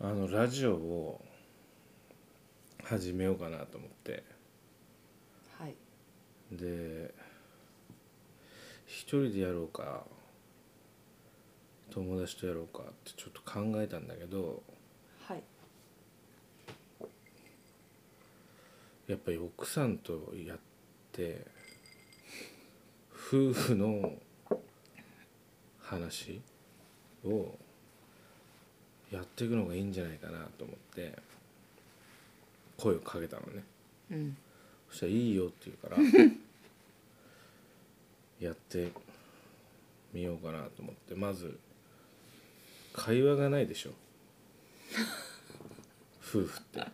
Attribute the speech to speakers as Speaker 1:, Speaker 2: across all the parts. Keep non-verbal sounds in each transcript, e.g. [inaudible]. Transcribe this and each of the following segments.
Speaker 1: あのラジオを始めようかなと思って
Speaker 2: はい
Speaker 1: で一人でやろうか友達とやろうかってちょっと考えたんだけど
Speaker 2: はい
Speaker 1: やっぱり奥さんとやって夫婦の話をやっていくのがいいんじゃないかなと思って声をかけたのね。
Speaker 2: うん
Speaker 1: そしたら「いいよ」って言うから
Speaker 2: [laughs]
Speaker 1: やってみようかなと思ってまず会話がないで
Speaker 2: [laughs]
Speaker 1: しょ夫婦って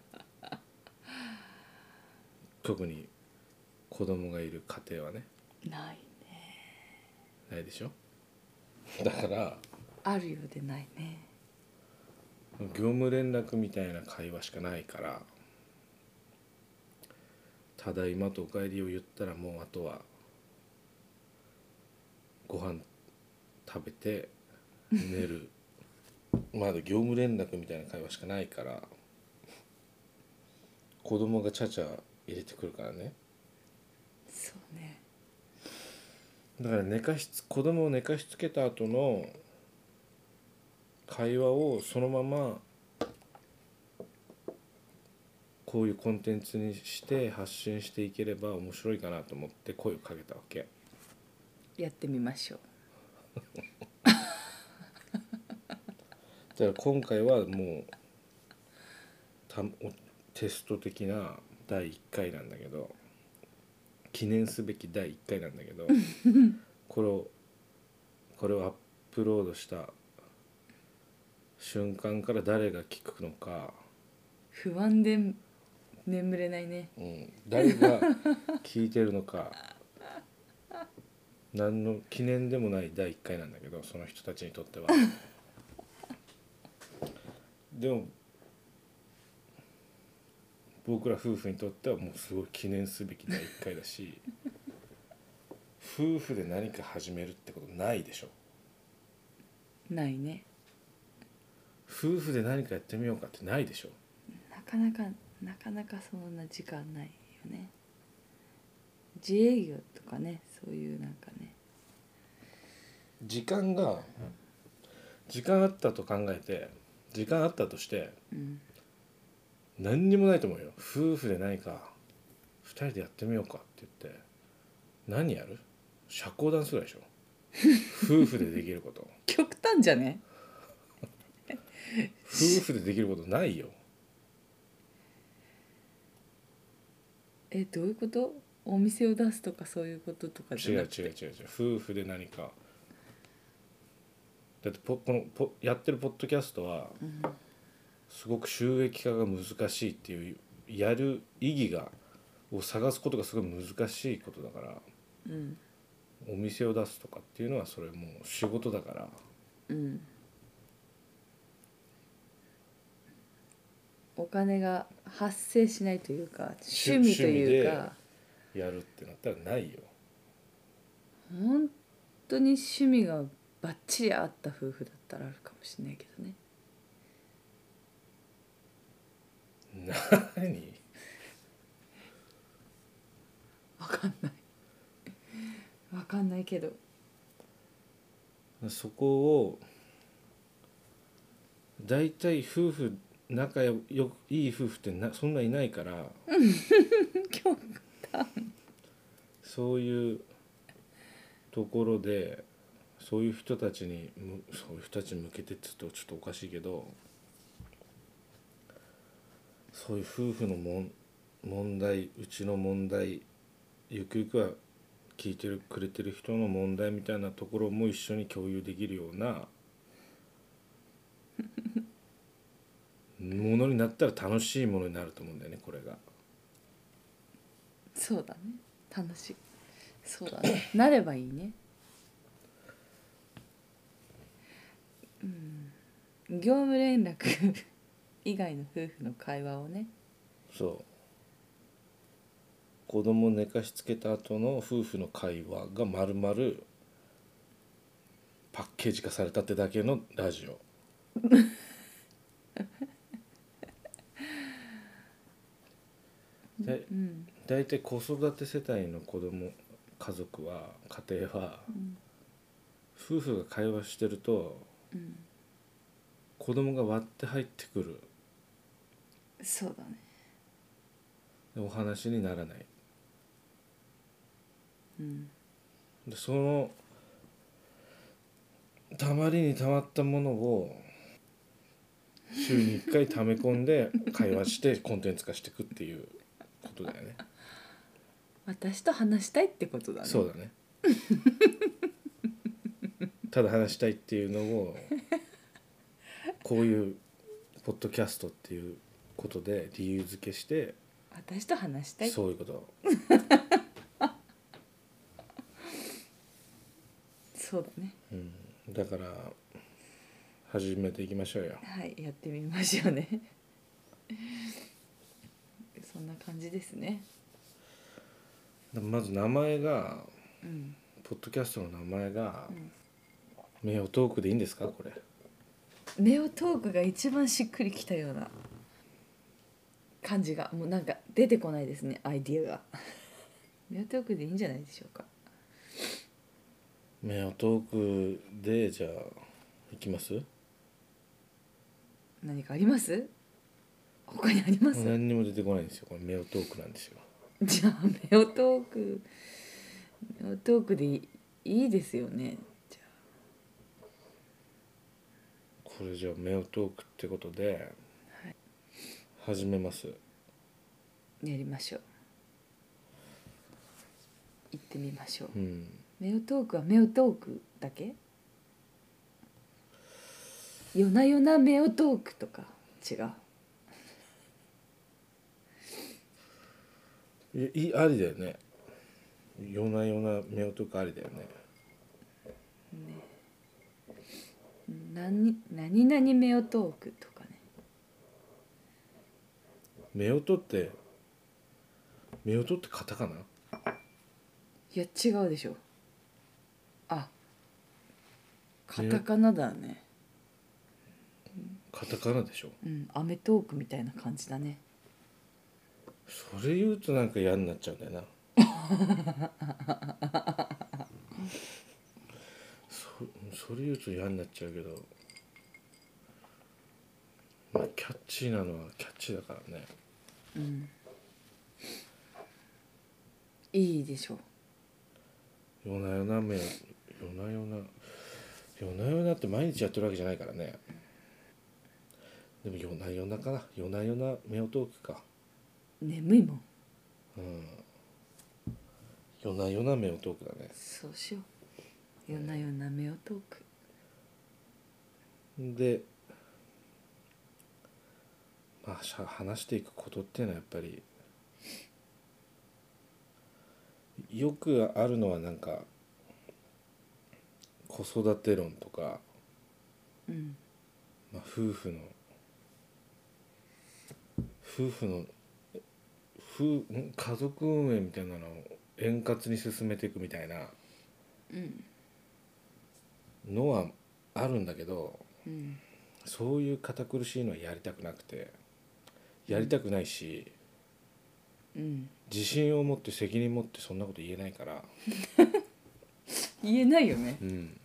Speaker 1: 特に子供がいる家庭はね
Speaker 2: ないね
Speaker 1: ないでしょだから
Speaker 2: あるようでないね
Speaker 1: 業務連絡みたいな会話しかないから「ただいま」と「おかえり」を言ったらもうあとはご飯食べて寝る [laughs] まだ業務連絡みたいな会話しかないから子供がちゃちゃ入れてくるからね
Speaker 2: そうね
Speaker 1: だから寝かしつ子供を寝かしつけた後の会話をそのままこういうコンテンツにして発信していければ面白いかなと思って声をかけたわけ
Speaker 2: やってみましょう
Speaker 1: だから今回はもうたおテスト的な第1回なんだけど記念すべき第1回なんだけどこれをこれをアップロードした瞬間から誰が聞くのか、
Speaker 2: 不安で眠れないね
Speaker 1: うん、誰が聞いてるのか [laughs] 何の記念でもない第1回なんだけどその人たちにとっては。 [laughs] でも僕ら夫婦にとってはもうすごい記念すべき第1回だし夫婦で何か始めるってことないでしょ
Speaker 2: ないね
Speaker 1: 夫婦で何かやってみようかってないでしょ
Speaker 2: なかなかなかなかそんな時間ないよね自営業とかねそういうなんかね
Speaker 1: 時間が時間あったと考えて時間あったとして
Speaker 2: うん
Speaker 1: 何にもないと思うよ夫婦で何か2人でやってみようかって言って何やる社交ダンスぐらいでしょ夫婦でできること
Speaker 2: 極端じゃね
Speaker 1: 夫婦でできることないよ
Speaker 2: えどういうことお店を出すとかそういうこととか
Speaker 1: 違う
Speaker 2: じゃ
Speaker 1: 違
Speaker 2: な
Speaker 1: う
Speaker 2: くて
Speaker 1: 違う違う夫婦で何かだってポこのポやってるポッドキャストは
Speaker 2: うん
Speaker 1: すごく収益化が難しいっていうやる意義がを探すことがすごい難しいことだから
Speaker 2: うん
Speaker 1: お店を出すとかっていうのはそれもう仕事だから
Speaker 2: うんお金が発生しないというか
Speaker 1: 趣
Speaker 2: 趣味という
Speaker 1: 趣味
Speaker 2: か
Speaker 1: やるってなったらないよ
Speaker 2: 本当に趣味がバッチリ合った夫婦だったらあるかもしれないけどね
Speaker 1: 何
Speaker 2: わかんないわかんないけど
Speaker 1: そこを大体夫婦仲よくいい夫婦ってなそんないないから
Speaker 2: 今日
Speaker 1: そういうところでそういう人たちにむそういう人たちに向けてって言うとちょっとおかしいけどそういう夫婦のもん問題うちの問題ゆくゆくは聞いてるくれてる人の問題みたいなところも一緒に共有できるようなものになったら楽しいものになると思うんだよねこれが。
Speaker 2: そうだね楽しいそうだ [laughs] ねなればいいねうん業務連絡 [laughs] 以外の夫婦の会話をね
Speaker 1: そう子供を寝かしつけた後の夫婦の会話がまるまるパッケージ化されたってだけのラジオで
Speaker 2: うん
Speaker 1: 大体子育て世帯の子供家族は家庭は
Speaker 2: うん
Speaker 1: 夫婦が会話してると
Speaker 2: うん
Speaker 1: 子供が割って入ってくる
Speaker 2: そうだね
Speaker 1: でお話にならない
Speaker 2: うん
Speaker 1: でそのたまりにたまったものを週に1回溜め込んで会話してコンテンツ化していくっていうことだよね
Speaker 2: 私と話したいってことだね
Speaker 1: そうだね [laughs] ただ話したいっていうのをこういうポッドキャストっていうことで理由付けして
Speaker 2: 私と話したいって
Speaker 1: そういうこと
Speaker 2: そうだね
Speaker 1: うん、だから始めていきましょうよ
Speaker 2: はいやってみましょうね [laughs] そんな感じですね
Speaker 1: でもまず名前が
Speaker 2: うん
Speaker 1: ポッドキャストの名前が
Speaker 2: うん
Speaker 1: 「目をトーク」でいいんですかこれ
Speaker 2: ネオトークが一番しっくりきたような感じがもうなんか出てこないですねアイディアが [laughs] ネオトークでいいんじゃないでしょうか
Speaker 1: 「目をトーク」でじゃあいきます
Speaker 2: 何かあります他にあります、
Speaker 1: 何にも出てこないんですよこれ「目をトーク」なんですよ
Speaker 2: じゃあネオトークネオトークでいいいいですよねじゃ
Speaker 1: これじゃあ「目をトーク」ってことで始めます
Speaker 2: あやりましょう行ってみましょ
Speaker 1: う
Speaker 2: う
Speaker 1: ん
Speaker 2: メオトークはメオトークだけ夜な夜なメオトークとか違う
Speaker 1: いやいいありだよね夜な夜な目をトークありだよね
Speaker 2: 何何々メオトークとかね
Speaker 1: 目をとって目をとってカタカナ
Speaker 2: いや違うでしょあカタカナだね
Speaker 1: カタカナでしょ
Speaker 2: うんアメトークみたいな感じだね
Speaker 1: それ言うとなんか嫌になっちゃうんだよなそそれ言うと嫌になっちゃうけどまあキャッチーなのはキャッチーだからね
Speaker 2: うんいいでしょ
Speaker 1: 夜な夜な目夜な夜な夜な夜なって毎日やってるわけじゃないからねでも夜な夜なかな夜な夜な目をトークか
Speaker 2: 眠いもん
Speaker 1: うん夜な夜な目をトークだね
Speaker 2: そうしよう夜な夜なメオトーク
Speaker 1: で、まあ、しゃ話していくことっていうのはやっぱりよくあるのはなんか子育て論とか、
Speaker 2: うん
Speaker 1: まあ、夫婦の夫婦の夫ん家族運営みたいなのを円滑に進めていくみたいな
Speaker 2: うん
Speaker 1: のはあるんだけど
Speaker 2: うん
Speaker 1: そういう堅苦しいのはやりたくなくてやりたくないし
Speaker 2: うん
Speaker 1: 自信を持って責任持ってそんなこと言えないから、
Speaker 2: 言えないよね
Speaker 1: うん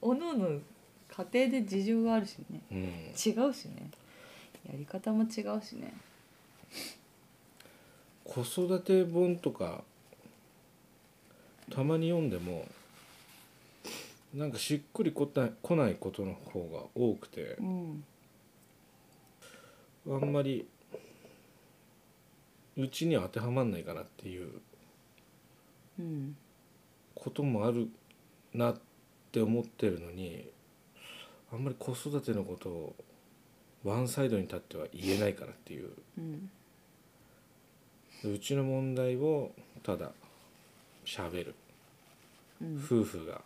Speaker 2: おのおの家庭で事情があるしね
Speaker 1: うん、
Speaker 2: 違うしねやり方も違うしね
Speaker 1: 子育て本とかたまに読んでもなんかしっくりこたこないことの方が多くて
Speaker 2: うん
Speaker 1: あんまりうちには当てはまんないかなっていう
Speaker 2: うん
Speaker 1: こともあるなって思ってるのにあんまり子育てのことをワンサイドに立っては言えないからっていう
Speaker 2: うん
Speaker 1: うちの問題をただ喋る
Speaker 2: うん
Speaker 1: 夫婦が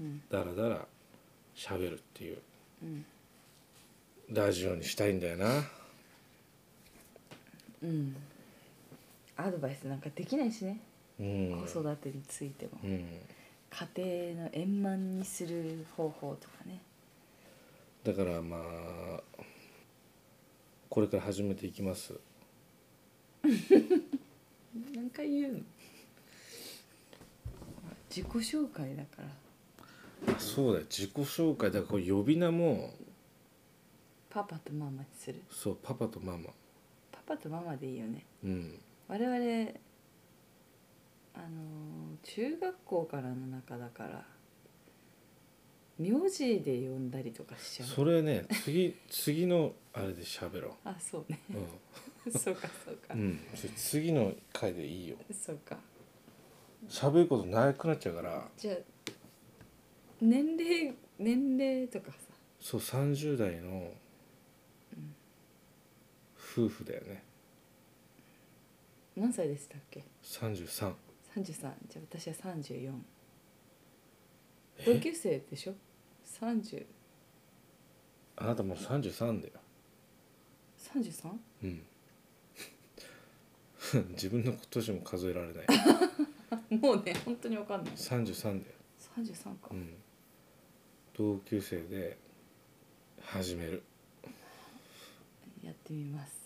Speaker 2: うん
Speaker 1: ダラダラ喋るっていう
Speaker 2: うん
Speaker 1: ラジオにしたいんだよな
Speaker 2: うんアドバイスなんかできないしね、
Speaker 1: うん
Speaker 2: 子育てについても
Speaker 1: うん
Speaker 2: 家庭の円満にする方法とかね
Speaker 1: だからまあこれから始めていきます
Speaker 2: 何回言うの自己紹介だから
Speaker 1: あそうだよ自己紹介だからこれ呼び名も
Speaker 2: パパとママにする
Speaker 1: そうパパとママ
Speaker 2: パパとママでいいよね
Speaker 1: うん
Speaker 2: 我々あのー中学校からの中だから名字で呼んだりとかしちゃう
Speaker 1: それね次次のあれで喋ろ
Speaker 2: あそう
Speaker 1: [laughs]
Speaker 2: ね
Speaker 1: う
Speaker 2: そうかそうか、
Speaker 1: うん、うん、それ次の回でいいよ
Speaker 2: そうか
Speaker 1: 喋ることなくなっちゃうから
Speaker 2: じゃあ年齢年齢とかさ
Speaker 1: そう30代の
Speaker 2: うん
Speaker 1: 夫婦だよね
Speaker 2: 何歳でしたっけ
Speaker 1: 33
Speaker 2: 33じゃあ私は34同
Speaker 1: え
Speaker 2: 級生でしょ30
Speaker 1: あなたもう33だよ
Speaker 2: 33?
Speaker 1: うん [laughs] 自分の年も数えられない
Speaker 2: もうね本当にわかんない
Speaker 1: 33だよ
Speaker 2: 33か、
Speaker 1: うん同級生で始める
Speaker 2: やってみます